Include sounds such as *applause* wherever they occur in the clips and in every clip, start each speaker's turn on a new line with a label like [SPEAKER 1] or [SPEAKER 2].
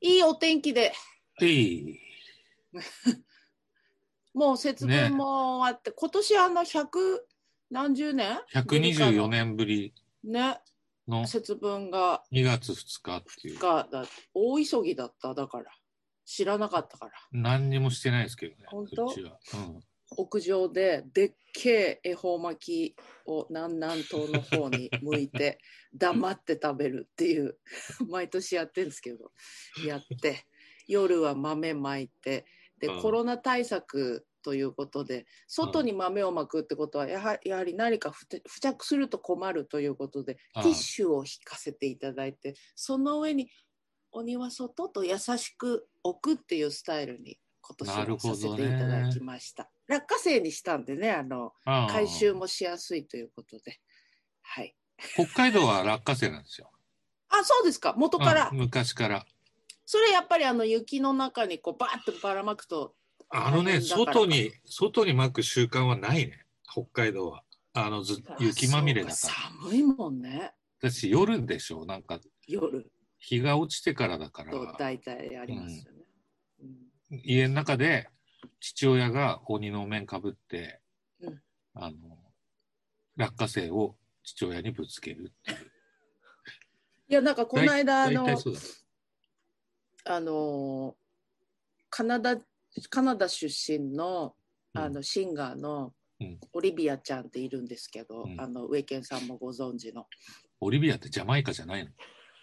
[SPEAKER 1] いいお天気で、
[SPEAKER 2] いい。
[SPEAKER 1] もう節分も終わって、今年あの百何十年
[SPEAKER 2] 124年ぶり
[SPEAKER 1] ね、
[SPEAKER 2] の
[SPEAKER 1] 節分が
[SPEAKER 2] 2月2日っていう。
[SPEAKER 1] がだ大急ぎだった、だから。知らなかったから。
[SPEAKER 2] 何にもしてないですけどね、
[SPEAKER 1] 本当
[SPEAKER 2] こっちは。うん
[SPEAKER 1] 屋上ででっけえ恵方巻きを南南東の方に向い
[SPEAKER 2] *laughs*
[SPEAKER 1] て黙って食べるっていう毎年やってるんですけどやって夜は豆巻いてで
[SPEAKER 2] うん
[SPEAKER 1] コロナ対策ということで外に豆を巻くってことはやはやはり何かふて付着すると困るということで
[SPEAKER 2] ああ
[SPEAKER 1] ティッシュを引かせていただいてその上に「お庭外」と優しく置くっていうスタイルに今年
[SPEAKER 2] なる
[SPEAKER 1] は
[SPEAKER 2] ほど
[SPEAKER 1] させ
[SPEAKER 2] ね
[SPEAKER 1] ていただきました、落花生にしたんでねあの
[SPEAKER 2] ああ
[SPEAKER 1] 回収もしやすいということではい
[SPEAKER 2] 北海道は落花生なんですよ。
[SPEAKER 1] あそうですか元から、
[SPEAKER 2] うん昔から。
[SPEAKER 1] それやっぱりあの雪の中にこうバーッとばらまくと
[SPEAKER 2] あのね、
[SPEAKER 1] 大変だから
[SPEAKER 2] 外に、外にまく習慣はないね、北海道は。あのず雪まみれだか
[SPEAKER 1] そう
[SPEAKER 2] ら。
[SPEAKER 1] 寒いもんね
[SPEAKER 2] だし、夜でしょ、なんか
[SPEAKER 1] 夜
[SPEAKER 2] 日が落ちてからだか
[SPEAKER 1] と
[SPEAKER 2] ら、
[SPEAKER 1] 大体ありますよね、うん
[SPEAKER 2] 家の中で父親が鬼のお面かぶって、
[SPEAKER 1] うん
[SPEAKER 2] あの、落花生を父親にぶつける。
[SPEAKER 1] いやなんかこの間あ
[SPEAKER 2] 大
[SPEAKER 1] の
[SPEAKER 2] 体そうだ。
[SPEAKER 1] あのカナダカナダ出身の
[SPEAKER 2] うん
[SPEAKER 1] あのシンガーの
[SPEAKER 2] うん
[SPEAKER 1] オリビアちゃんっているんですけど、
[SPEAKER 2] うん
[SPEAKER 1] あのウェケンさんもご存知の
[SPEAKER 2] オリビアってジャマイカじゃないの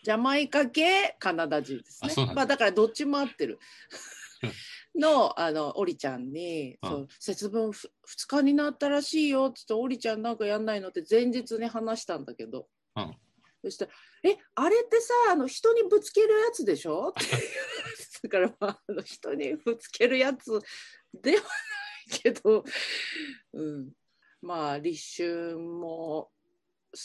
[SPEAKER 1] ジャマイカ系カナダ人ですね
[SPEAKER 2] あそうなんだ
[SPEAKER 1] まあ、だからどっちも合ってる *laughs* のあのオリちゃんに「
[SPEAKER 2] うん
[SPEAKER 1] そう節分ふ2日になったらしいよ」っつって「オリちゃんなんかやんないの?」って前日に話したんだけど、
[SPEAKER 2] うん
[SPEAKER 1] そしたら「えあれってさあの人にぶつけるやつでしょ?」って *laughs* だから、まあ、あの人にぶつけるやつではないけど、うん、まあ立春も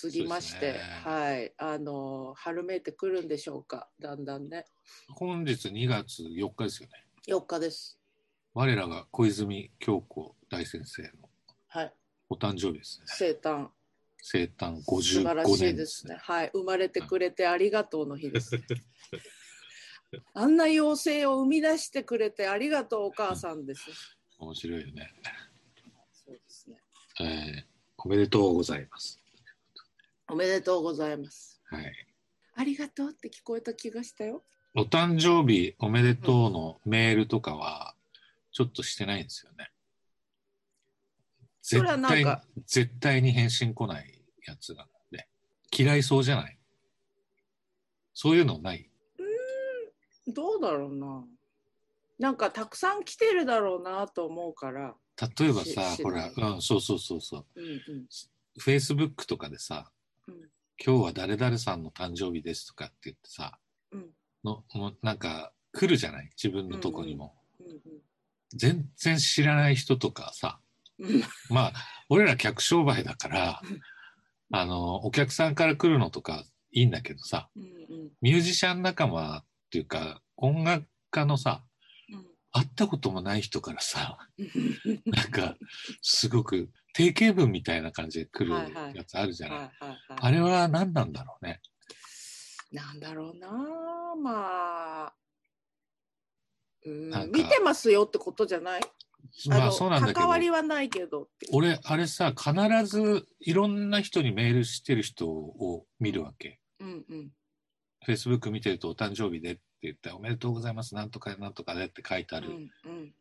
[SPEAKER 1] 過ぎまし
[SPEAKER 2] そう
[SPEAKER 1] て、
[SPEAKER 2] ですね
[SPEAKER 1] はいあの春めいてくるんでしょうかだんだんね
[SPEAKER 2] 本日2月4日ですよね。
[SPEAKER 1] 4日です
[SPEAKER 2] 我らが小泉京子大先生の
[SPEAKER 1] はい
[SPEAKER 2] お誕生日ですね。
[SPEAKER 1] 生誕
[SPEAKER 2] 生誕
[SPEAKER 1] 素晴ら
[SPEAKER 2] 55
[SPEAKER 1] しい
[SPEAKER 2] 年
[SPEAKER 1] ですね。はい生まれてくれてありがとうの日です、ね、 *laughs* あんな妖精を生み出してくれてありがとうお母さんです
[SPEAKER 2] 面白いよね。
[SPEAKER 1] そうですね
[SPEAKER 2] えーおめでとうございます。
[SPEAKER 1] おめでとうございます
[SPEAKER 2] はい。
[SPEAKER 1] ありがとうって聞こえた気がしたよ
[SPEAKER 2] お誕生日おめでとうのメールとかは、ちょっとしてないんですよね。
[SPEAKER 1] そ
[SPEAKER 2] 絶
[SPEAKER 1] れはなん
[SPEAKER 2] 対
[SPEAKER 1] か、
[SPEAKER 2] 絶対に返信来ないやつなんで。嫌いそうじゃないそういうのない
[SPEAKER 1] どうだろうななんかたくさん来てるだろうなと思うから
[SPEAKER 2] 例えば
[SPEAKER 1] し
[SPEAKER 2] さ、
[SPEAKER 1] し
[SPEAKER 2] ほら、うん、そうそうそうそう。
[SPEAKER 1] うんうん
[SPEAKER 2] フェイスブックとかでさ、
[SPEAKER 1] うん
[SPEAKER 2] 今日は誰々さんの誕生日ですとかって言ってさ、
[SPEAKER 1] うん
[SPEAKER 2] ののなんか来るじゃない自分のとこにも、
[SPEAKER 1] うんうん
[SPEAKER 2] 全然知らない人とかさ、
[SPEAKER 1] うん
[SPEAKER 2] まあ、俺ら客商売だから
[SPEAKER 1] うん、
[SPEAKER 2] あの、お客さんから来るのとかいいんだけどさ、
[SPEAKER 1] うん
[SPEAKER 2] ミュージシャン仲間っていうか、音楽家のさ、
[SPEAKER 1] うん
[SPEAKER 2] 会ったこともない人か
[SPEAKER 1] *laughs*
[SPEAKER 2] らさ、
[SPEAKER 1] うん
[SPEAKER 2] なんか、すごく定型文みたいな感じで来る
[SPEAKER 1] はいはい
[SPEAKER 2] やつあるじゃない、
[SPEAKER 1] はいはいはい
[SPEAKER 2] あれは何なんだろうね。
[SPEAKER 1] なんだろうなあまあ、うん
[SPEAKER 2] なんか
[SPEAKER 1] 見てますよってことじゃない
[SPEAKER 2] ま
[SPEAKER 1] の
[SPEAKER 2] あそうなんだけど
[SPEAKER 1] 関、わりはないけどって
[SPEAKER 2] 俺、あれさ、必ずいろんな人にメールしてる人を見るわけ。
[SPEAKER 1] うんうん、
[SPEAKER 2] Facebook 見てるとお誕生日でって言って、おめでとうございます、なんとかでなんとかでって書いてあ
[SPEAKER 1] う
[SPEAKER 2] る。
[SPEAKER 1] んうん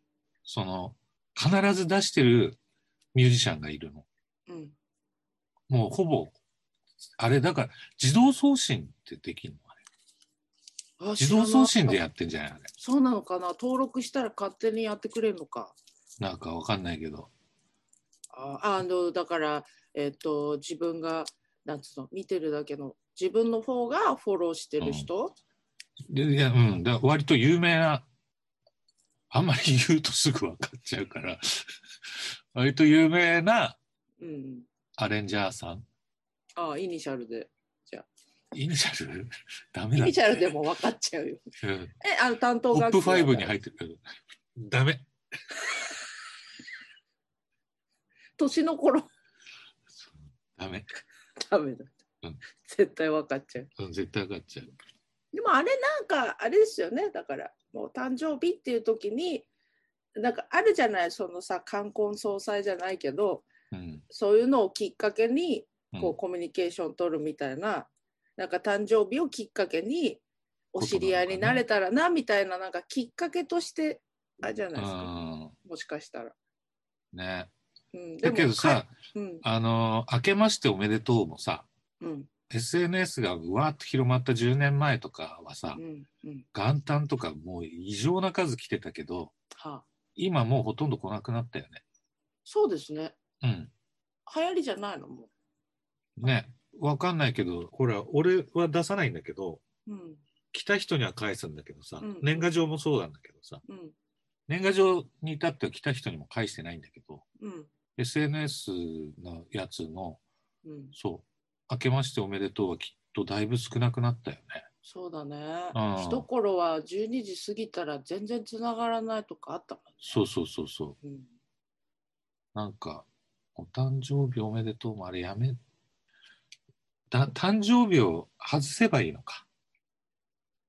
[SPEAKER 2] その、必ず出してるミュージシャンがいるの。
[SPEAKER 1] うん
[SPEAKER 2] もうほぼ、あれ、だから自動送信ってできるのあれ
[SPEAKER 1] あ
[SPEAKER 2] 自動送信で
[SPEAKER 1] 知らなかっ
[SPEAKER 2] やってんじゃないあれ。
[SPEAKER 1] たそうなのかな登録したら勝手にやってくれるのか
[SPEAKER 2] なんかわかんないけど。
[SPEAKER 1] ああのだから、えっと自分がなんつうの見てるだけの自分の方がフォローしてる人、
[SPEAKER 2] でいや、うん、だ割と有名な、あんまり言うとすぐ分かっちゃうから、 *laughs* 割と有名な
[SPEAKER 1] うんうん、
[SPEAKER 2] アレンジャーさん。
[SPEAKER 1] あイニシャルで
[SPEAKER 2] イニシャル *laughs* ダメ
[SPEAKER 1] イ
[SPEAKER 2] だ。
[SPEAKER 1] ニシャルでも分かっちゃうよ
[SPEAKER 2] うん
[SPEAKER 1] *laughs* えあの担
[SPEAKER 2] ト
[SPEAKER 1] 当
[SPEAKER 2] ッ
[SPEAKER 1] が
[SPEAKER 2] プ5に入ってる。ダメ。
[SPEAKER 1] 年の頃
[SPEAKER 2] ダメ。
[SPEAKER 1] ダメだ。
[SPEAKER 2] うん
[SPEAKER 1] 絶対分かっちゃう。
[SPEAKER 2] うん絶対分かっちゃう。
[SPEAKER 1] でもあれなんかあれですよねだからもう誕生日っていう時になんかあるじゃないそのさ冠婚葬祭じゃないけど
[SPEAKER 2] うん。
[SPEAKER 1] そういうのをきっかけにこう、
[SPEAKER 2] うん
[SPEAKER 1] コミュニケーション取るみたいななんか誕生日をきっかけにお知り合いになれたらなみたいななんかきっかけとしてあれじゃな
[SPEAKER 2] う
[SPEAKER 1] いですか
[SPEAKER 2] ん。
[SPEAKER 1] もしかしたら。
[SPEAKER 2] ね。
[SPEAKER 1] うん、で
[SPEAKER 2] だ
[SPEAKER 1] も
[SPEAKER 2] けどさ、
[SPEAKER 1] うん
[SPEAKER 2] あの、明けましておめでとうもさ、
[SPEAKER 1] うん、
[SPEAKER 2] SNS がうわーっと広まった10年前とかはさ、
[SPEAKER 1] うん、うん、
[SPEAKER 2] 元旦とかもう異常な数来てたけど、
[SPEAKER 1] はあ、
[SPEAKER 2] 今もうほとんど来なくなったよね。
[SPEAKER 1] そうですね。
[SPEAKER 2] うん。
[SPEAKER 1] 流行りじゃないのも
[SPEAKER 2] ね、わかんないけど、ほら、俺は出さないんだけど、
[SPEAKER 1] う。うん、
[SPEAKER 2] 来た人には返すんだけどさ、
[SPEAKER 1] うん
[SPEAKER 2] 年賀状もそうなんだけどさ、
[SPEAKER 1] うん、
[SPEAKER 2] 年賀状に至っては来た人にも返してないんだけど、
[SPEAKER 1] うん、
[SPEAKER 2] SNS のやつの、
[SPEAKER 1] うん、
[SPEAKER 2] そう、明けましておめでとうはきっとだいぶ少なくなったよね。
[SPEAKER 1] そうだね
[SPEAKER 2] うん。
[SPEAKER 1] 一頃は12時過ぎたら全然つながらないとかあったも
[SPEAKER 2] そうそうそうそう。
[SPEAKER 1] ん。うん、
[SPEAKER 2] なんか、お誕生日おめでとうもあれやめ、だ誕生日を外せばいいのか。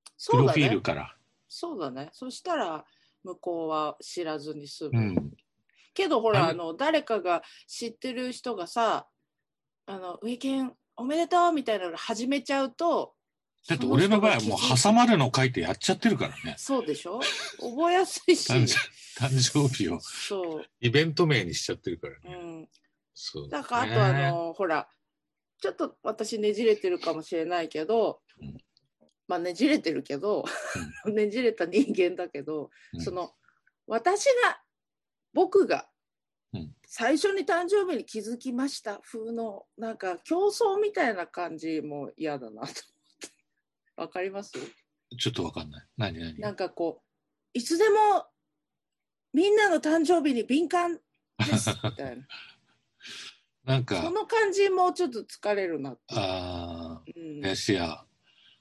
[SPEAKER 2] プ
[SPEAKER 1] そう
[SPEAKER 2] ロ
[SPEAKER 1] だ
[SPEAKER 2] フィール
[SPEAKER 1] ね。
[SPEAKER 2] から。
[SPEAKER 1] そうだね。そしたら向こうは知らずに済
[SPEAKER 2] う
[SPEAKER 1] む。
[SPEAKER 2] ん。
[SPEAKER 1] けどほ
[SPEAKER 2] あ
[SPEAKER 1] ら
[SPEAKER 2] れ
[SPEAKER 1] あの誰かが知ってる人がさ「あのウィーケンおめでとう」みたいなの始めちゃうと
[SPEAKER 2] だって俺の場合はもう挟ま
[SPEAKER 1] る
[SPEAKER 2] るの書いてやっちゃってるからね。
[SPEAKER 1] そうでしょ覚えやすいし
[SPEAKER 2] 誕生誕生日を
[SPEAKER 1] そう、
[SPEAKER 2] イベント名にしちゃってるから
[SPEAKER 1] う
[SPEAKER 2] ね。
[SPEAKER 1] ん、
[SPEAKER 2] そう
[SPEAKER 1] なんかあとあの、ほらちょっと私ねじれてるかもしれないけど、
[SPEAKER 2] うん
[SPEAKER 1] まあねじれてるけど、 *laughs* ねじれた人間だけど、
[SPEAKER 2] うん
[SPEAKER 1] その私が僕が、
[SPEAKER 2] うん
[SPEAKER 1] 最初に誕生日に気づきました風のなんか競争みたいな感じも嫌だなと思って *laughs* わかります
[SPEAKER 2] ちょっとわかんない。何何
[SPEAKER 1] なんかこういつでもみんなの誕生日に敏感ですみた
[SPEAKER 2] *laughs*
[SPEAKER 1] いな
[SPEAKER 2] なん
[SPEAKER 1] そ
[SPEAKER 2] か、
[SPEAKER 1] の感じもちょっと疲れるなって
[SPEAKER 2] ああ、
[SPEAKER 1] うん
[SPEAKER 2] 林家、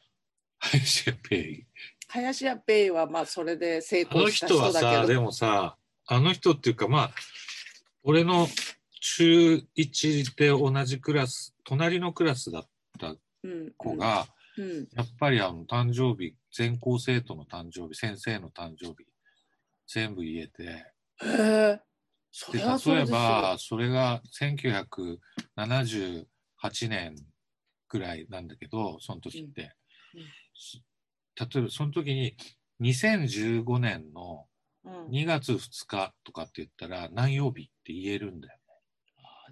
[SPEAKER 2] *laughs* 林家ペイ。
[SPEAKER 1] 林家ペイはまあそれで成
[SPEAKER 2] あの
[SPEAKER 1] 功した
[SPEAKER 2] 人は
[SPEAKER 1] 人だ
[SPEAKER 2] さ、
[SPEAKER 1] け
[SPEAKER 2] で
[SPEAKER 1] ど。
[SPEAKER 2] もさ、あの人っていうかまあ、俺の中1で同じクラス、隣のクラスだった
[SPEAKER 1] うん
[SPEAKER 2] 子が、
[SPEAKER 1] うん
[SPEAKER 2] やっぱりあの誕生日、全校生徒の誕生日、先生の誕生日、全部言えて、
[SPEAKER 1] へえそ
[SPEAKER 2] で
[SPEAKER 1] れはそ
[SPEAKER 2] 例
[SPEAKER 1] れ
[SPEAKER 2] え
[SPEAKER 1] ですよ
[SPEAKER 2] ばそれが1978年ぐらいなんだけどその時って、
[SPEAKER 1] うんうん
[SPEAKER 2] し例えばその時に2015年の
[SPEAKER 1] うん
[SPEAKER 2] 2月2日とかって言ったら何曜日って言えるんだよ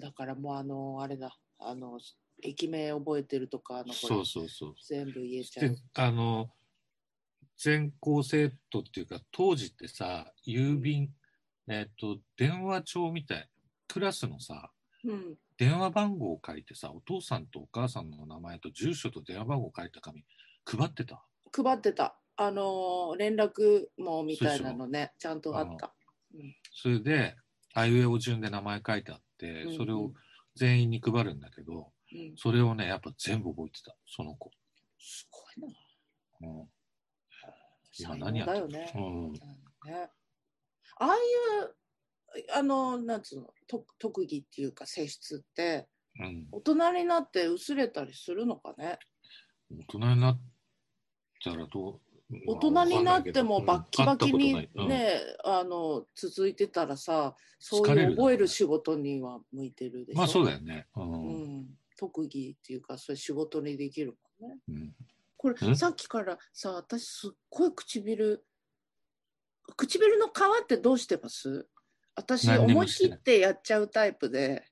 [SPEAKER 1] だからもうあのあれだあの駅名覚えてるとかあのこれ
[SPEAKER 2] そうそうそう
[SPEAKER 1] 全部言えちゃ
[SPEAKER 2] で
[SPEAKER 1] う
[SPEAKER 2] あの全校生徒っていうか当時ってさ郵便、えっと電話帳みたいクラスのさ、
[SPEAKER 1] うん
[SPEAKER 2] 電話番号を書いてさ、お父さんとお母さんの名前と住所と電話番号を書いた紙、配ってた。
[SPEAKER 1] 配ってたあの連絡網みたいなのねちゃんとあった
[SPEAKER 2] それで、あいうえお順で名前書いてあって、それを全員に配るんだけど、
[SPEAKER 1] うんうん
[SPEAKER 2] それをね、やっぱ全部覚えてた、その子。
[SPEAKER 1] すごいな
[SPEAKER 2] うん。今
[SPEAKER 1] 才
[SPEAKER 2] 何や
[SPEAKER 1] 能
[SPEAKER 2] って
[SPEAKER 1] だ
[SPEAKER 2] る
[SPEAKER 1] よね
[SPEAKER 2] うん。
[SPEAKER 1] うんね、ああいうあのなんつうのと特技っていうか性質って
[SPEAKER 2] うん。
[SPEAKER 1] 大人になって薄れたりするのかね
[SPEAKER 2] 大人になったらどう、
[SPEAKER 1] 大人になってもバッキバキに
[SPEAKER 2] ね、
[SPEAKER 1] ね、あの続いてたらさそう
[SPEAKER 2] 疲れ
[SPEAKER 1] い
[SPEAKER 2] る
[SPEAKER 1] う
[SPEAKER 2] だろう
[SPEAKER 1] 覚
[SPEAKER 2] ね
[SPEAKER 1] える仕事には向いてるでしょ
[SPEAKER 2] まあそうだよね。うん。
[SPEAKER 1] うん、特技っていうかそういう仕事にできるもんね
[SPEAKER 2] うん
[SPEAKER 1] これ
[SPEAKER 2] ん
[SPEAKER 1] さっきからさ私すっごい唇唇の皮ってどうしてます私
[SPEAKER 2] 何に
[SPEAKER 1] 思
[SPEAKER 2] も
[SPEAKER 1] い
[SPEAKER 2] して
[SPEAKER 1] 切
[SPEAKER 2] ない
[SPEAKER 1] ってやっちゃうタイプで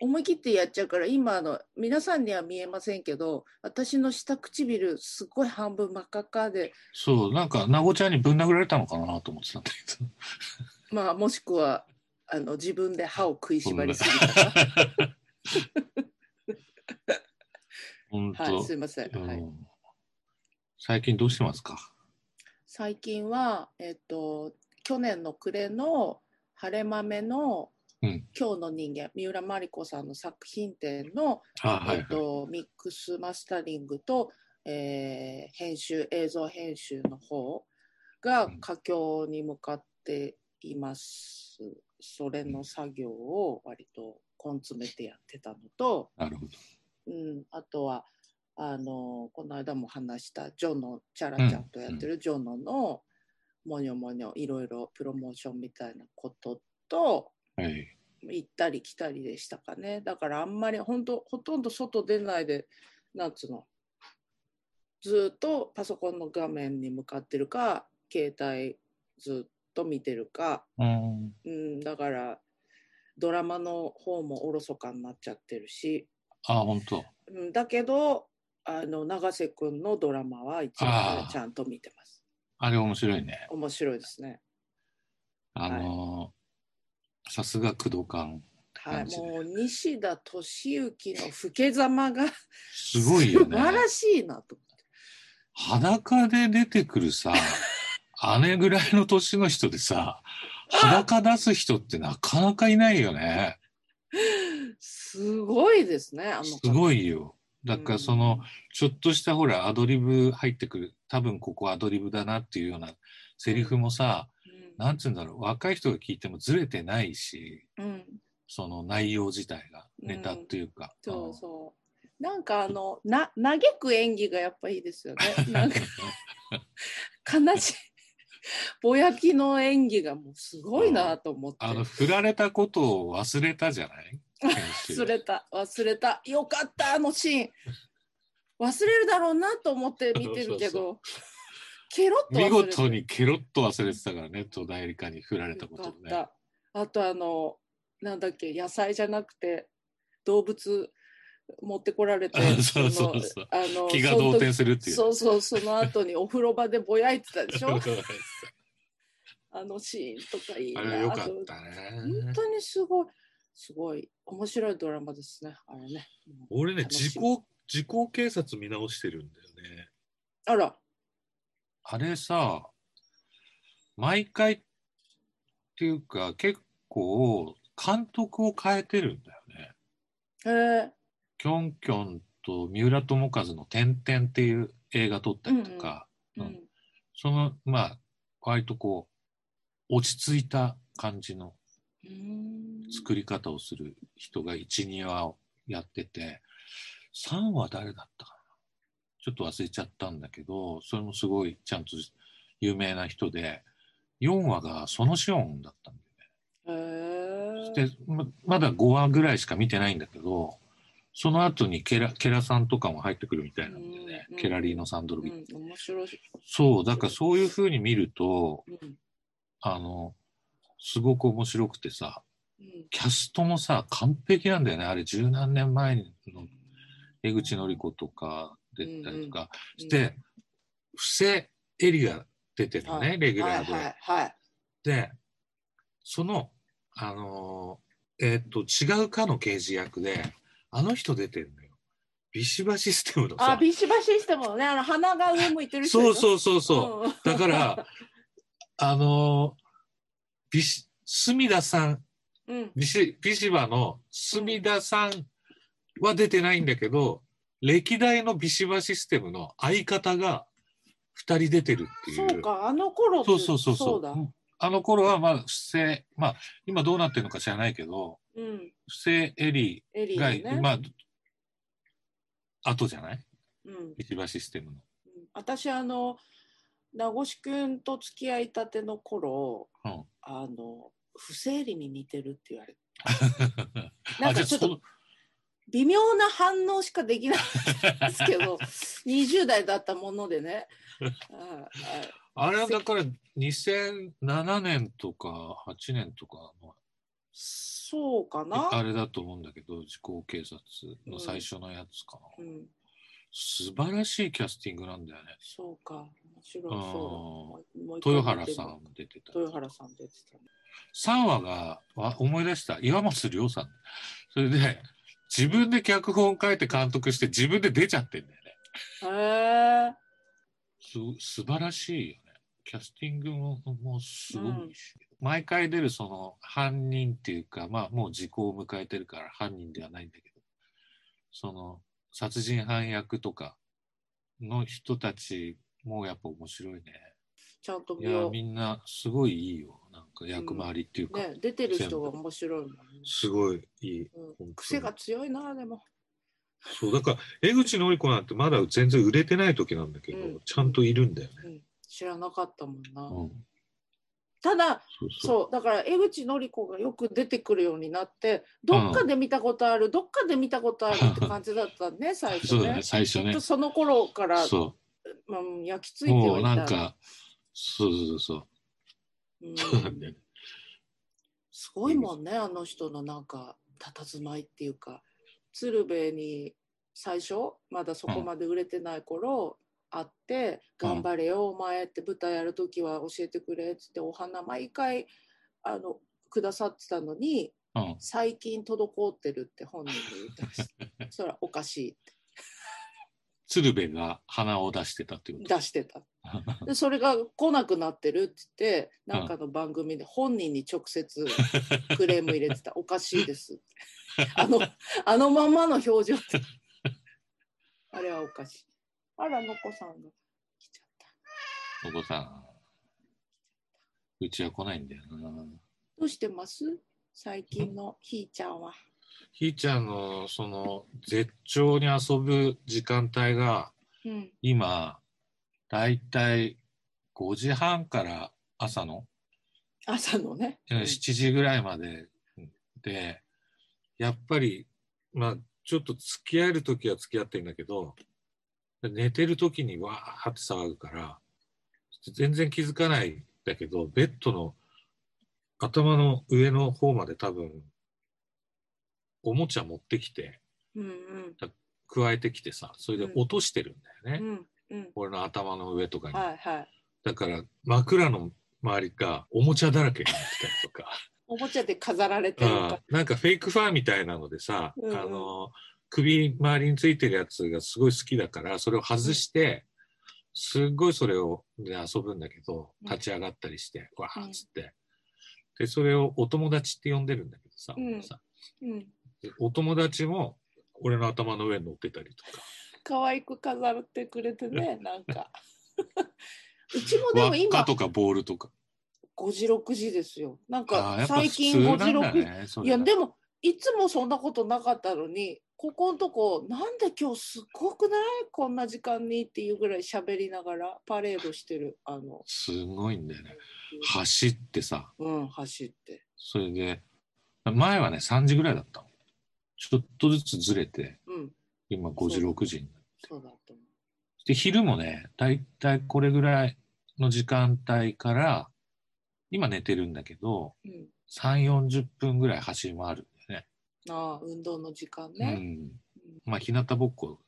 [SPEAKER 1] 思い切ってやっちゃうから今あの皆さんには見えませんけど私の下唇すごい半分真っ赤っかで
[SPEAKER 2] そう、なんか、なごちゃんにぶん殴られたのかなと思ってたんだけど。
[SPEAKER 1] まあもしくはあの自分で歯を食いしばりすぎたか
[SPEAKER 2] *laughs* 本当。
[SPEAKER 1] ら、はい、すいません、
[SPEAKER 2] う
[SPEAKER 1] はい、
[SPEAKER 2] ん最近どうしてますか
[SPEAKER 1] 最近はえっ、と去年の暮れの「晴れ豆の」
[SPEAKER 2] うん
[SPEAKER 1] 今日の人間」三浦真理子さんの作品展の、
[SPEAKER 2] あはい
[SPEAKER 1] えっとミックスマスタリングと、えー編集映像編集の方が佳境に向かっています、それの作業を割と根詰めてやってたのと、
[SPEAKER 2] なるほど。
[SPEAKER 1] うん、あとはあのこの間も話したジョノチャラちゃんとやってるジョノのもにょもにょいろいろプロモーションみたいなことと
[SPEAKER 2] はい。
[SPEAKER 1] 行ったり来たりでしたかねだからあんまりほんとほとんど外出ないでなんつうのずっとパソコンの画面に向かってるか携帯ずっと見てるか
[SPEAKER 2] うん。
[SPEAKER 1] うん、だからドラマの方もおろそかになっちゃってるし、
[SPEAKER 2] あ、本当。
[SPEAKER 1] うん、だけどあの永瀬くんのドラマは一
[SPEAKER 2] あ
[SPEAKER 1] 番
[SPEAKER 2] ー
[SPEAKER 1] ちゃんと見てます。
[SPEAKER 2] あれ面白いね。
[SPEAKER 1] 面白いですね。
[SPEAKER 2] あのーさすが工藤館。
[SPEAKER 1] はい、
[SPEAKER 2] 感じで
[SPEAKER 1] もう西田敏行の老けざまが
[SPEAKER 2] すごいよ
[SPEAKER 1] 素
[SPEAKER 2] ね。
[SPEAKER 1] 晴らしいなと。
[SPEAKER 2] 裸で出てく
[SPEAKER 1] *laughs*
[SPEAKER 2] るさ、あれぐらいの年の人でさ、裸出す人ってなかなかいないよね。
[SPEAKER 1] すごいですね。あの
[SPEAKER 2] す
[SPEAKER 1] 方
[SPEAKER 2] ごいよ。だからその、、ちょっとしたほら、アドリブ入ってくる、多分ここアドリブだなっていうようなセリフもさ、
[SPEAKER 1] うん
[SPEAKER 2] なんつうんだろう、若い人が聞いてもずれてないし、
[SPEAKER 1] うん、
[SPEAKER 2] その内容自体が、ネタっていうか。
[SPEAKER 1] そうそう。なんかあのな嘆く演技がやっぱいいですよね。なんか悲しいぼやきの演技がもうすごいなと思って
[SPEAKER 2] あの、振られたことを忘れたじゃない
[SPEAKER 1] *laughs* 忘れた忘れたよかったあのシーン忘れるだろうなと思って見てるけどケロッと忘れ
[SPEAKER 2] 見
[SPEAKER 1] て
[SPEAKER 2] 事にケロッと忘れてたからね、戸田恵梨香に振られたことを
[SPEAKER 1] よか
[SPEAKER 2] ね。
[SPEAKER 1] ったあとあのなんだっけ野菜じゃなくて動物持ってこられて
[SPEAKER 2] *laughs* そうそうそう
[SPEAKER 1] あの
[SPEAKER 2] 気が動転するっていう。
[SPEAKER 1] そうそうその後にお風呂場でぼやいてたでし
[SPEAKER 2] *laughs*
[SPEAKER 1] ょあのシーンとかいいな
[SPEAKER 2] あれよか
[SPEAKER 1] と思
[SPEAKER 2] ってた
[SPEAKER 1] 本
[SPEAKER 2] ね。
[SPEAKER 1] 当にすごい、すごい、面白いドラマですね、あれね。うん
[SPEAKER 2] 俺ね、
[SPEAKER 1] 楽し
[SPEAKER 2] 自己
[SPEAKER 1] み、
[SPEAKER 2] 自己警察見直してるんだよね。
[SPEAKER 1] あら、
[SPEAKER 2] あれさ、毎回っていうか、結構、監督を変えてるんだよね。
[SPEAKER 1] へえ、
[SPEAKER 2] キョンキョンと三浦友和の「点々」っていう映画撮ったりとか、
[SPEAKER 1] う
[SPEAKER 2] うん
[SPEAKER 1] ん、
[SPEAKER 2] その、まあ、割とこう、落ち着いた感じの
[SPEAKER 1] うーん、
[SPEAKER 2] 作り方をする人が1、2話をやってて、3話誰だったかなちょっと忘れちゃったんだけど、それもすごいちゃんと有名な人で、4話がそのシオンだったん
[SPEAKER 1] へえ、
[SPEAKER 2] だよね。でま、まだ5話ぐらいしか見てないんだけど、その後にケラケラさんとかも入ってくるみたいなんだよね
[SPEAKER 1] うん。
[SPEAKER 2] ケラリーノ・サンドロ
[SPEAKER 1] う
[SPEAKER 2] ビッチ
[SPEAKER 1] ん、面白い。
[SPEAKER 2] そう、だからそういう風に見ると、
[SPEAKER 1] うん、
[SPEAKER 2] あの、すごく面白くてさ、
[SPEAKER 1] うん、
[SPEAKER 2] キャストもさ、完璧なんだよね。あれ、十何年前の江口のり子とか出たりとか、して、布施エリが出てるの
[SPEAKER 1] は
[SPEAKER 2] ね、
[SPEAKER 1] い
[SPEAKER 2] レギ
[SPEAKER 1] うん、
[SPEAKER 2] ュ
[SPEAKER 1] は
[SPEAKER 2] ラ
[SPEAKER 1] い、
[SPEAKER 2] ーで。
[SPEAKER 1] はい、はい、
[SPEAKER 2] で、その、あのーえーっと、違うかの刑事役で、あの人出てるのよ。ビシバシステムの
[SPEAKER 1] あ、
[SPEAKER 2] さ、
[SPEAKER 1] ビシバシしてもね、あの鼻が上向いてる人
[SPEAKER 2] そう
[SPEAKER 1] う
[SPEAKER 2] そうそう
[SPEAKER 1] そ
[SPEAKER 2] そう。
[SPEAKER 1] うん。
[SPEAKER 2] だから、あのー、ビシ、隅田さん、
[SPEAKER 1] うん、
[SPEAKER 2] ビシ、ビシバの隅田さんは出てないんだけど、歴代のビシバシステムの相方が二人出てるっていう。
[SPEAKER 1] そうか、あの頃って
[SPEAKER 2] そうそうそうそう
[SPEAKER 1] そうだ。
[SPEAKER 2] あの頃は、まあ、不正、まあ、今どうなってるのか知らないけど、
[SPEAKER 1] うん、
[SPEAKER 2] 不正エリ
[SPEAKER 1] エリ
[SPEAKER 2] ーが、
[SPEAKER 1] ーね。
[SPEAKER 2] まあ、後じゃない
[SPEAKER 1] うん、
[SPEAKER 2] ビシバシステムの。
[SPEAKER 1] 私あの名越くんと付き合いたての頃、
[SPEAKER 2] うん
[SPEAKER 1] あの不整理に似てるって言わ
[SPEAKER 2] *laughs*
[SPEAKER 1] れてな
[SPEAKER 2] あ
[SPEAKER 1] んか
[SPEAKER 2] じゃあ
[SPEAKER 1] ちょっ
[SPEAKER 2] その
[SPEAKER 1] と微妙な反応しかできないんですけ
[SPEAKER 2] *laughs*
[SPEAKER 1] ど20代だったものでねあ
[SPEAKER 2] あれはだから2007年とか8年とかの
[SPEAKER 1] そうか
[SPEAKER 2] あ
[SPEAKER 1] な、
[SPEAKER 2] れだと思うんだけど、時効警察の最初のやつかな。
[SPEAKER 1] うん、
[SPEAKER 2] 素晴らしいキャスティングなんだよね。
[SPEAKER 1] そうか面白い
[SPEAKER 2] うん
[SPEAKER 1] そうだもう一回
[SPEAKER 2] 豊原
[SPEAKER 1] 見
[SPEAKER 2] さん
[SPEAKER 1] てみよ
[SPEAKER 2] も出てた
[SPEAKER 1] う。豊原さん出てたね
[SPEAKER 2] 3話がわ思い出した岩松亮さん。それで自分で脚本書いて監督して自分で出ちゃってんだよ
[SPEAKER 1] へえ
[SPEAKER 2] ね。す素晴らしいよね。キャスティングももうすごいし、毎回出るその犯人っていうか、まあもう時効を迎えてるから犯人ではないんだけど、その殺人犯役とかの人たちもやっぱ面白いね。
[SPEAKER 1] ちゃんと
[SPEAKER 2] い
[SPEAKER 1] 見
[SPEAKER 2] や、
[SPEAKER 1] よ
[SPEAKER 2] みんなすごいいいよ。なんか役回りっていう
[SPEAKER 1] う、
[SPEAKER 2] か、
[SPEAKER 1] ね、出てる人が面白いもんね、
[SPEAKER 2] すごいいい。
[SPEAKER 1] うん
[SPEAKER 2] 本当に
[SPEAKER 1] 癖が強いなでも
[SPEAKER 2] そう、だから、江口のり子なんてまだ全然売れてない時なんだけど、
[SPEAKER 1] うん
[SPEAKER 2] ちゃんといるんだよね。
[SPEAKER 1] うん知らなかったもんな。
[SPEAKER 2] うん。
[SPEAKER 1] ただ
[SPEAKER 2] そうそう。
[SPEAKER 1] そうだから江口のり子がよく出てくるようになってどっかで見たことある、どっかで見たことあるって感じだった
[SPEAKER 2] *laughs*
[SPEAKER 1] ね最初
[SPEAKER 2] そうだ
[SPEAKER 1] ね
[SPEAKER 2] ね、。最初
[SPEAKER 1] ずっ
[SPEAKER 2] ね
[SPEAKER 1] と。その頃から、
[SPEAKER 2] そ
[SPEAKER 1] うん、焼き付
[SPEAKER 2] う。
[SPEAKER 1] いて
[SPEAKER 2] も
[SPEAKER 1] は
[SPEAKER 2] う
[SPEAKER 1] い
[SPEAKER 2] な
[SPEAKER 1] た。
[SPEAKER 2] んか、そうそうそう
[SPEAKER 1] うん
[SPEAKER 2] そう。そうなんだよね。
[SPEAKER 1] すごいもんねあの人のなんか佇まいっていうか鶴瓶に最初まだそこまで売れてない頃、会って「
[SPEAKER 2] うん
[SPEAKER 1] 頑張れよお前」って舞台やる時は教えてくれっつってお花毎回あのくださってたのに
[SPEAKER 2] *laughs* う
[SPEAKER 1] 「
[SPEAKER 2] ん
[SPEAKER 1] 最近滞ってる」って本人に言ってました *laughs* それはおかしいって
[SPEAKER 2] 鶴瓶が鼻を出してたってこと。
[SPEAKER 1] 出して *laughs* たでそれが来なくなってるって言ってなんかの番組で本人に直接クレーム入れて *laughs* た「おかしいですって」あのあのままの *laughs* 表情であれはおかしいあらのこさんが来ちゃった
[SPEAKER 2] お子さん。うちは来ないんだよな。
[SPEAKER 1] どうしてます最近のひーちゃんは
[SPEAKER 2] ひーちゃんの、その、絶頂に遊ぶ時間帯が、
[SPEAKER 1] うん
[SPEAKER 2] 今、だいたい5時半から朝の
[SPEAKER 1] 朝のね、うん
[SPEAKER 2] 7時ぐらいまでで、やっぱり、まあ、ちょっと付き合えるときは付き合ってんだけど、寝てるときにわーって騒ぐから、全然気づかないんだけど、ベッドの頭の上の方まで多分、おもちゃ持ってきて、
[SPEAKER 1] うん
[SPEAKER 2] 加えてきてさ、それで落としてるんだよ
[SPEAKER 1] う
[SPEAKER 2] ね。
[SPEAKER 1] んうん
[SPEAKER 2] 俺の頭の上とかに。
[SPEAKER 1] はいはい
[SPEAKER 2] だから、枕の周りがおもちゃだらけになってたりとか。
[SPEAKER 1] おもちゃで飾られてる
[SPEAKER 2] あ
[SPEAKER 1] か
[SPEAKER 2] なんかフェイクファーみたいなのでさ、
[SPEAKER 1] うんうん
[SPEAKER 2] あの首周りについてるやつがすごい好きだからそれを外して、すっごいそれを、ね、遊ぶんだけど
[SPEAKER 1] うん
[SPEAKER 2] 立ち上がったりして、わ
[SPEAKER 1] う
[SPEAKER 2] ー
[SPEAKER 1] ん
[SPEAKER 2] っつってでそれをお友達って呼んでるんだけどさ,、
[SPEAKER 1] うん
[SPEAKER 2] さ
[SPEAKER 1] うん
[SPEAKER 2] でお友達も俺の頭の上に乗ってたりとか
[SPEAKER 1] 可愛く飾ってくれて
[SPEAKER 2] *laughs*
[SPEAKER 1] ねなんか *laughs* うちもでも
[SPEAKER 2] 輪っ
[SPEAKER 1] 今
[SPEAKER 2] かとかボールとか
[SPEAKER 1] 5時6時ですよなん
[SPEAKER 2] あー
[SPEAKER 1] か
[SPEAKER 2] やっぱ
[SPEAKER 1] 最
[SPEAKER 2] 普
[SPEAKER 1] 近
[SPEAKER 2] 通な
[SPEAKER 1] 5
[SPEAKER 2] ん
[SPEAKER 1] 時6
[SPEAKER 2] だ
[SPEAKER 1] 時、
[SPEAKER 2] ねそ
[SPEAKER 1] い
[SPEAKER 2] れが
[SPEAKER 1] やでもいつもそんなことなかったのにここのとこなんで今日すっごくないこんな時間にっていうぐらい喋りながらパレードしてるあの、
[SPEAKER 2] すごいんだよね走ってさ、
[SPEAKER 1] うん、走って
[SPEAKER 2] それで、前はね、3時ぐらいだったの。ちょっとずつずれて、
[SPEAKER 1] うん
[SPEAKER 2] 今5時、
[SPEAKER 1] そう
[SPEAKER 2] 6時になる。
[SPEAKER 1] そうだと思
[SPEAKER 2] で、昼もね、だいたいこれぐらいの時間帯から、今寝てるんだけど、
[SPEAKER 1] う、うん、
[SPEAKER 2] 3、40分ぐらい走り回るんだよ
[SPEAKER 1] ああ運動の時間
[SPEAKER 2] ね。
[SPEAKER 1] ね、
[SPEAKER 2] うん。まあ、日向ぼっこ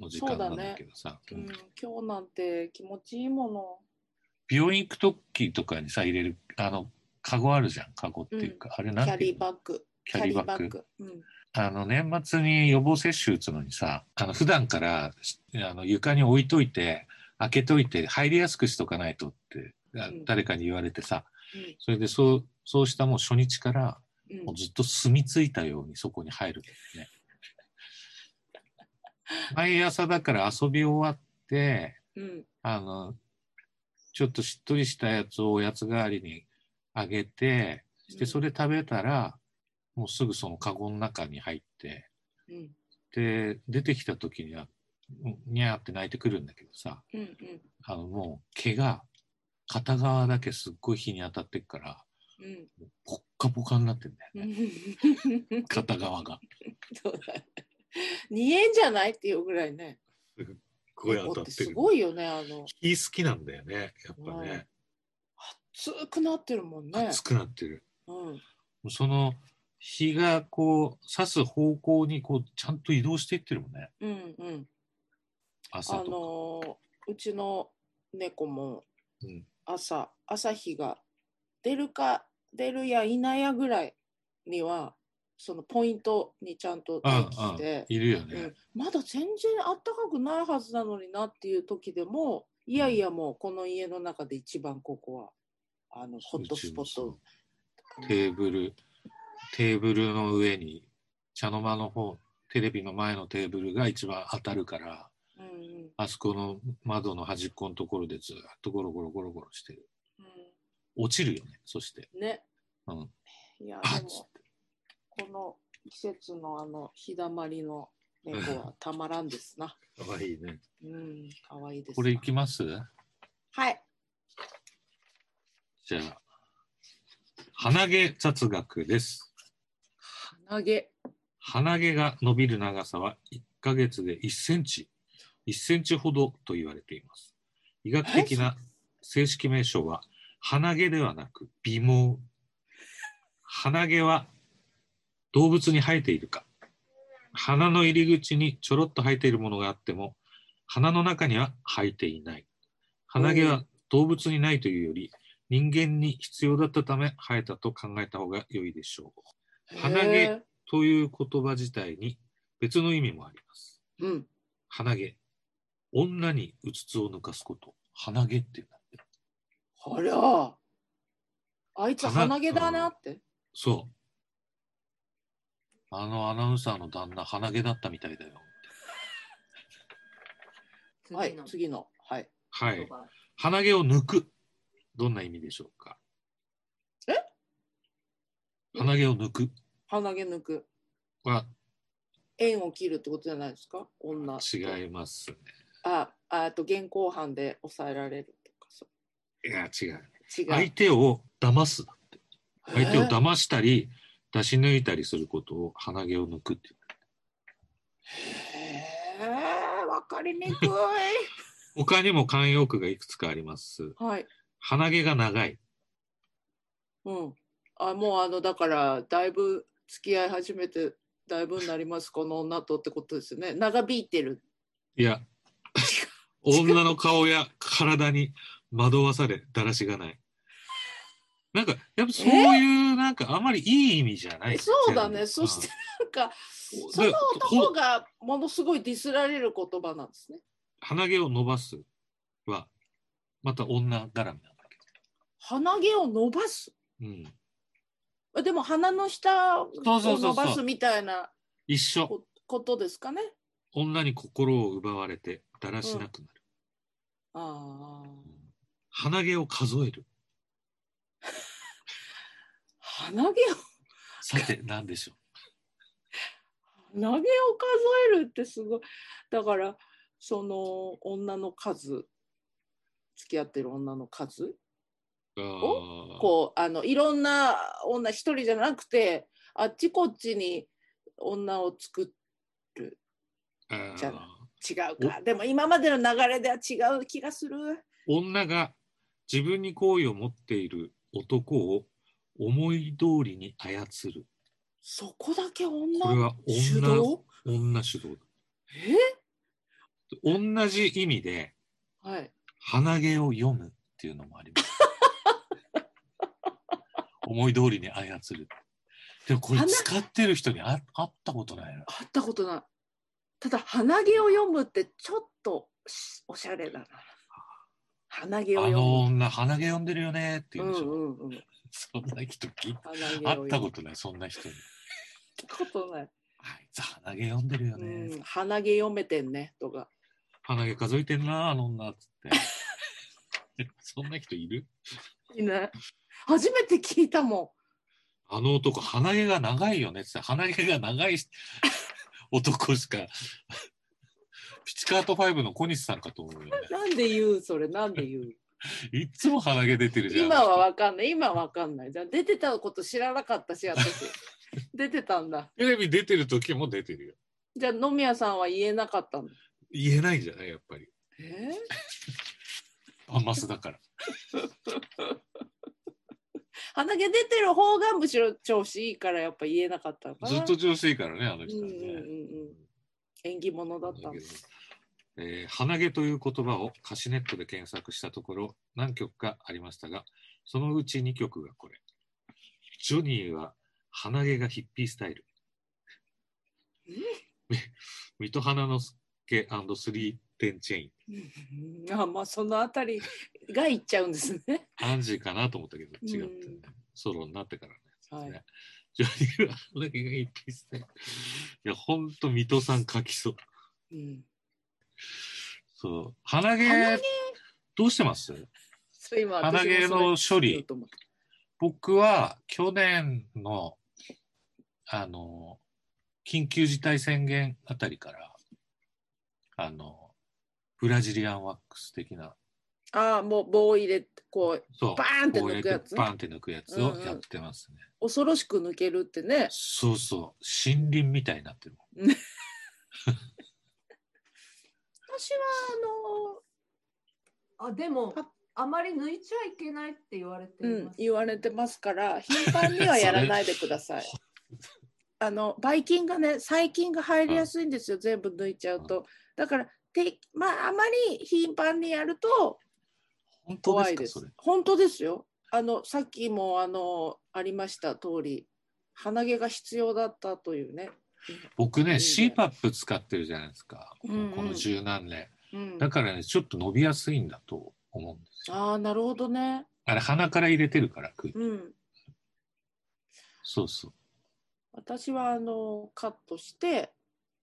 [SPEAKER 2] の時間なんだけどさ、
[SPEAKER 1] うん
[SPEAKER 2] うん
[SPEAKER 1] 今日なんて気持ちいいもの
[SPEAKER 2] 病院行くときとかにさ、入れる、あの、カゴあるじゃん、カゴっていうか、あれ
[SPEAKER 1] キ
[SPEAKER 2] なん
[SPEAKER 1] ャ
[SPEAKER 2] て
[SPEAKER 1] リ
[SPEAKER 2] い
[SPEAKER 1] ー
[SPEAKER 2] うの
[SPEAKER 1] バッグ
[SPEAKER 2] キャリーバッグ。
[SPEAKER 1] うん
[SPEAKER 2] あの、年末に予防接種打つのにさ、あの、普段から、しあの、床に置いといて、開けといて、入りやすくしとかないとって、あ
[SPEAKER 1] うん
[SPEAKER 2] 誰かに言われてさ、それで、そう、そうしたもう初日から、
[SPEAKER 1] うんう
[SPEAKER 2] も
[SPEAKER 1] ん
[SPEAKER 2] うずっと住み着いたようにそこに入るんだよ
[SPEAKER 1] *laughs*
[SPEAKER 2] ね。毎朝だから遊び終わって、
[SPEAKER 1] うん
[SPEAKER 2] あの、ちょっとしっとりしたやつをおやつ代わりにあげて、
[SPEAKER 1] う
[SPEAKER 2] で、
[SPEAKER 1] ん
[SPEAKER 2] それ食べたら、もうすぐそのカゴの中に入って、
[SPEAKER 1] うん
[SPEAKER 2] で出てきた時にはうんにゃーって泣いてくるんだけどさ
[SPEAKER 1] うんうん
[SPEAKER 2] あのもう毛が片側だけすっごい日に当たってっから
[SPEAKER 1] うん
[SPEAKER 2] ポッカポカになってんだよ
[SPEAKER 1] う
[SPEAKER 2] ね、
[SPEAKER 1] *laughs* ん
[SPEAKER 2] 片側が
[SPEAKER 1] そうだね2円じゃないっていうぐらいね猫ってすごいよねあの
[SPEAKER 2] い好きなんだよねやっぱね、
[SPEAKER 1] 熱くなってるもんね
[SPEAKER 2] 熱くなってる
[SPEAKER 1] うん
[SPEAKER 2] その日がこう刺す方向にこうちゃんと移動していってるもんね
[SPEAKER 1] うんうん
[SPEAKER 2] 朝
[SPEAKER 1] あ
[SPEAKER 2] と
[SPEAKER 1] のーうちの猫も
[SPEAKER 2] か、うん
[SPEAKER 1] 朝朝日が出るか出るやいないやぐらいにはそのポイントにちゃんと待機
[SPEAKER 2] うん
[SPEAKER 1] し
[SPEAKER 2] うん
[SPEAKER 1] て
[SPEAKER 2] いるよ
[SPEAKER 1] う
[SPEAKER 2] ね
[SPEAKER 1] ん、まだ全然あったかくないはずなのになっていう時でもいやいやもうこの家の中で一番ここはあのホットスポット
[SPEAKER 2] テーブルテーブルの上に茶の間の方テレビの前のテーブルが一番当たるから
[SPEAKER 1] うんうん
[SPEAKER 2] あそこの窓の端っこのところでずっとゴロゴロゴロゴロしてる落ちるよねそして、
[SPEAKER 1] うんね
[SPEAKER 2] うん、
[SPEAKER 1] いや
[SPEAKER 2] あ
[SPEAKER 1] で
[SPEAKER 2] っつっ
[SPEAKER 1] もこの季節のあの日だまりの猫
[SPEAKER 2] *laughs*
[SPEAKER 1] はたまらんですな。
[SPEAKER 2] かわいいね。
[SPEAKER 1] うん、可愛いですな。
[SPEAKER 2] これいきます
[SPEAKER 1] はい。
[SPEAKER 2] じゃあ、鼻毛雑学です。
[SPEAKER 1] 鼻毛。
[SPEAKER 2] 鼻毛が伸びる長さは1ヶ月で1センチ、1センチほどと言われています。医学的な正式名称は、鼻毛ではなく鼻毛。鼻毛は動物に生えているか、鼻の入り口にちょろっと生えているものがあっても、鼻の中には生えていない。鼻毛は動物にないというより、人間に必要だったため生えたと考えた方が良いでしょう。鼻毛
[SPEAKER 1] へ
[SPEAKER 2] という言葉自体に別の意味もあります。
[SPEAKER 1] ー。うん。
[SPEAKER 2] 鼻毛。女にうつつを抜かすこと。鼻毛っていうんだって。
[SPEAKER 1] ありゃー。あいつ
[SPEAKER 2] 鼻
[SPEAKER 1] 鼻毛だなって。
[SPEAKER 2] そう。あのアナウンサーの旦那、鼻毛だったみたいだよ。
[SPEAKER 3] 次の
[SPEAKER 1] はい、次の。はい。
[SPEAKER 2] は
[SPEAKER 3] 言
[SPEAKER 2] い。
[SPEAKER 3] 葉
[SPEAKER 2] 鼻毛を抜く。どんな意味でしょうか
[SPEAKER 1] え
[SPEAKER 2] 鼻毛を抜く
[SPEAKER 1] 鼻毛抜く。
[SPEAKER 2] は
[SPEAKER 1] 縁を切るってことじゃないですか。女。
[SPEAKER 2] 違いますね。
[SPEAKER 1] あ、あと現行犯で抑えられるとか。そ
[SPEAKER 2] いや、違う。
[SPEAKER 1] う違う。
[SPEAKER 2] 相手を騙す。相手を
[SPEAKER 1] へー
[SPEAKER 2] 騙したり、出し抜いたりすることを鼻毛を抜くっていう。
[SPEAKER 1] へえ、わかりに
[SPEAKER 2] *laughs*
[SPEAKER 1] くい。
[SPEAKER 2] 他にも慣用句がいくつかあります。
[SPEAKER 1] はい。
[SPEAKER 2] 鼻毛が長い。
[SPEAKER 1] うん。あ、もうあの、だから、だいぶ付き合い始めて、だいぶになります、この女とってことですよね。長引いてる。
[SPEAKER 2] い
[SPEAKER 1] *laughs*
[SPEAKER 2] や、女の顔や体に惑わされ、だらしがない。なんか、やっぱそういう、なんか、あまりいい意味じゃない。
[SPEAKER 1] そうだね。
[SPEAKER 2] 全部
[SPEAKER 1] そして、なんか、
[SPEAKER 2] うん
[SPEAKER 1] その
[SPEAKER 2] で
[SPEAKER 1] 男
[SPEAKER 2] ほ
[SPEAKER 1] がものすごいディスられる言葉なんですね。
[SPEAKER 2] 鼻毛を伸ばすは、また女絡みなんだ
[SPEAKER 1] 鼻毛を伸ばす。
[SPEAKER 2] けど。うん。
[SPEAKER 1] でも鼻の下を
[SPEAKER 2] そうそうそうそう
[SPEAKER 1] 伸ばすみたいな
[SPEAKER 2] 一緒。
[SPEAKER 1] こことですかね。
[SPEAKER 2] 女に心を奪われて、だらしなくなる。
[SPEAKER 1] ああ。
[SPEAKER 2] 鼻毛を数える。
[SPEAKER 1] 鼻毛を、
[SPEAKER 2] さて、何でしょう。
[SPEAKER 1] 鼻毛を数えるってすごい。だから、その女の数、付き合ってる女の数、
[SPEAKER 2] あー
[SPEAKER 1] こう、あの、いろんな女、一人じゃなくて、あっちこっちに女を作っ
[SPEAKER 2] あー
[SPEAKER 1] じゃない違うか。でも今までの流れでは違う気がする。
[SPEAKER 2] 女が自分に好意を持っている男を思い通りに操る。
[SPEAKER 1] そこだけ
[SPEAKER 2] これ
[SPEAKER 1] 女
[SPEAKER 2] は
[SPEAKER 1] 主
[SPEAKER 2] 女、
[SPEAKER 1] 導
[SPEAKER 2] 女主導だ。
[SPEAKER 1] え
[SPEAKER 2] 同じ意味で、
[SPEAKER 1] はい。
[SPEAKER 2] 鼻毛を読むっていうのもあり *laughs* ます。思い通りに操る。でもこれ
[SPEAKER 1] 鼻
[SPEAKER 2] 使ってる人にあ会ったことないな。
[SPEAKER 1] 会ったことない。ただ、鼻毛を読むってちょっとしおしゃれだな。鼻毛を
[SPEAKER 2] あ
[SPEAKER 1] 読む。
[SPEAKER 2] の女、鼻毛読んでるよねって言うんでしょ。
[SPEAKER 1] うんうんうん。
[SPEAKER 2] そんな人聞いた
[SPEAKER 1] 鼻毛を
[SPEAKER 2] 会った
[SPEAKER 1] 読
[SPEAKER 2] こ
[SPEAKER 1] む
[SPEAKER 2] とない、そんな人に。
[SPEAKER 1] 聞いたことない。
[SPEAKER 2] あいつ鼻毛読んでるよね。
[SPEAKER 1] うん、鼻毛読めてんねとか。
[SPEAKER 2] 鼻毛数えてんなあの女っつって。 *laughs* そんな人いる
[SPEAKER 1] いない。初めて聞いたも
[SPEAKER 2] あの男鼻毛が長いよねっつって鼻毛が長い *laughs* 男しかピチカート5の小西さんかと思うよね
[SPEAKER 1] ん。なんで言うそれ、なんで言
[SPEAKER 2] *laughs*
[SPEAKER 1] う。
[SPEAKER 2] いっつも鼻毛出てるじゃん
[SPEAKER 1] 今はわかんない、今はわかんない。じゃあ出てたこと知らなかったし、私。
[SPEAKER 2] *laughs*
[SPEAKER 1] 出てたんだ。
[SPEAKER 2] テレビ出てる時も出てるよ
[SPEAKER 1] じゃあ野宮さんは言えなかった
[SPEAKER 2] *laughs*
[SPEAKER 1] の。
[SPEAKER 2] 言えないんじゃないやっぱり
[SPEAKER 1] えー
[SPEAKER 2] パンマスだ
[SPEAKER 1] *laughs*
[SPEAKER 2] から
[SPEAKER 1] 鼻毛出てる方がむしろ調子いいからやっぱ言えなかったのか
[SPEAKER 2] ずっ
[SPEAKER 1] な。
[SPEAKER 2] と調子いいからねあの
[SPEAKER 1] うん
[SPEAKER 2] 人
[SPEAKER 1] うん
[SPEAKER 2] は
[SPEAKER 1] うん
[SPEAKER 2] ね、
[SPEAKER 1] うん。縁起物だった
[SPEAKER 2] だ
[SPEAKER 1] ん
[SPEAKER 2] け
[SPEAKER 1] で
[SPEAKER 2] ど
[SPEAKER 1] す。
[SPEAKER 2] えー鼻毛という言葉を歌詞ネットで検索したところ何曲かありましたがそのうち2曲がこれジョニーは鼻毛がヒッピースタイル
[SPEAKER 1] え
[SPEAKER 2] *laughs* み水戸花之助スリーテンチェイ
[SPEAKER 1] う
[SPEAKER 2] ン
[SPEAKER 1] んあまあそのあたりがいっちゃうんですね。
[SPEAKER 2] アンジーかなと思ったけど違って、ね
[SPEAKER 1] うん
[SPEAKER 2] ソロになってからね
[SPEAKER 1] はい。
[SPEAKER 2] ジョニーは鼻毛がヒッピースタイルいやほんと水戸さん書きそう
[SPEAKER 1] うん、
[SPEAKER 2] そう鼻毛
[SPEAKER 1] 鼻毛
[SPEAKER 2] どうしてます
[SPEAKER 1] そう今
[SPEAKER 2] 鼻毛の処理。
[SPEAKER 1] 私もそれ言おうと思った
[SPEAKER 2] 僕は去年の、あの、緊急事態宣言あたりから、あの、ブラジリアンワックス的な、
[SPEAKER 1] ああもう棒入れこう
[SPEAKER 2] そう、
[SPEAKER 1] バーンって
[SPEAKER 2] こうや
[SPEAKER 1] 抜
[SPEAKER 2] っ
[SPEAKER 1] くやつ
[SPEAKER 2] てバーンって抜くやつをやってますね。
[SPEAKER 1] 恐ろしく抜けるってね
[SPEAKER 2] そうそう、森林みたいになってる。
[SPEAKER 1] 私は
[SPEAKER 3] あでも
[SPEAKER 1] あ
[SPEAKER 3] あまり抜いちゃいけないって言われて
[SPEAKER 1] あ
[SPEAKER 3] い
[SPEAKER 1] の、うん、言われてますから頻繁に
[SPEAKER 2] そ
[SPEAKER 1] は
[SPEAKER 2] れ
[SPEAKER 1] やらないでくださいあのばい菌がね細菌が入りやすいんですよ全部抜いちゃうとだからて、まあ、あまり頻繁にやると
[SPEAKER 2] 本当
[SPEAKER 1] 怖
[SPEAKER 2] です
[SPEAKER 1] い
[SPEAKER 2] か
[SPEAKER 1] です
[SPEAKER 2] それ。
[SPEAKER 1] 本当ですよあのさっきもあのありました通り鼻毛が必要だったというね、い
[SPEAKER 2] 僕ね、
[SPEAKER 1] いね
[SPEAKER 2] CPAP 使ってるじゃないですか。
[SPEAKER 1] うんうん
[SPEAKER 2] この十何年。
[SPEAKER 1] うん、
[SPEAKER 2] だからね、ちょっと伸びやすいんだと思うんですよ。
[SPEAKER 1] ああなるほどね
[SPEAKER 2] あれ、鼻から入れてるから、空気
[SPEAKER 1] うん
[SPEAKER 2] そうそう。
[SPEAKER 1] 私はあのカットして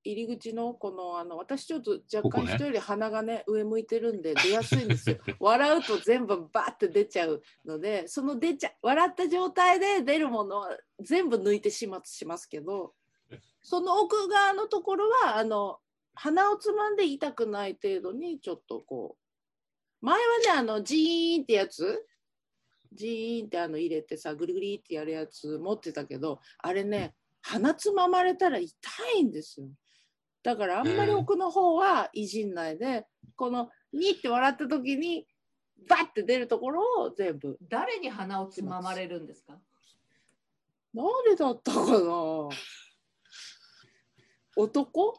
[SPEAKER 1] 入り口のこのあの私ちょっと
[SPEAKER 2] こ
[SPEAKER 1] 若
[SPEAKER 2] こ
[SPEAKER 1] 干
[SPEAKER 2] ね
[SPEAKER 1] 人より鼻がね上向いてるんで出やすいんですよ笑うと全部バーって出ちゃうのでその出ちゃ笑った状態で出るものは全部抜いて始末しますけどその奥側のところはあの鼻をつまんで痛くない程度にちょっとこう前はねあのジーンってやつジーンってあの入れてさぐりぐりってやるやつ持ってたけどあれね鼻つままれたら痛いんですよだからあんまり奥の方はいじんないでこのニって笑った時にバッて出るところを全部
[SPEAKER 3] 誰に鼻をつままれるんですか
[SPEAKER 1] 何だったかな男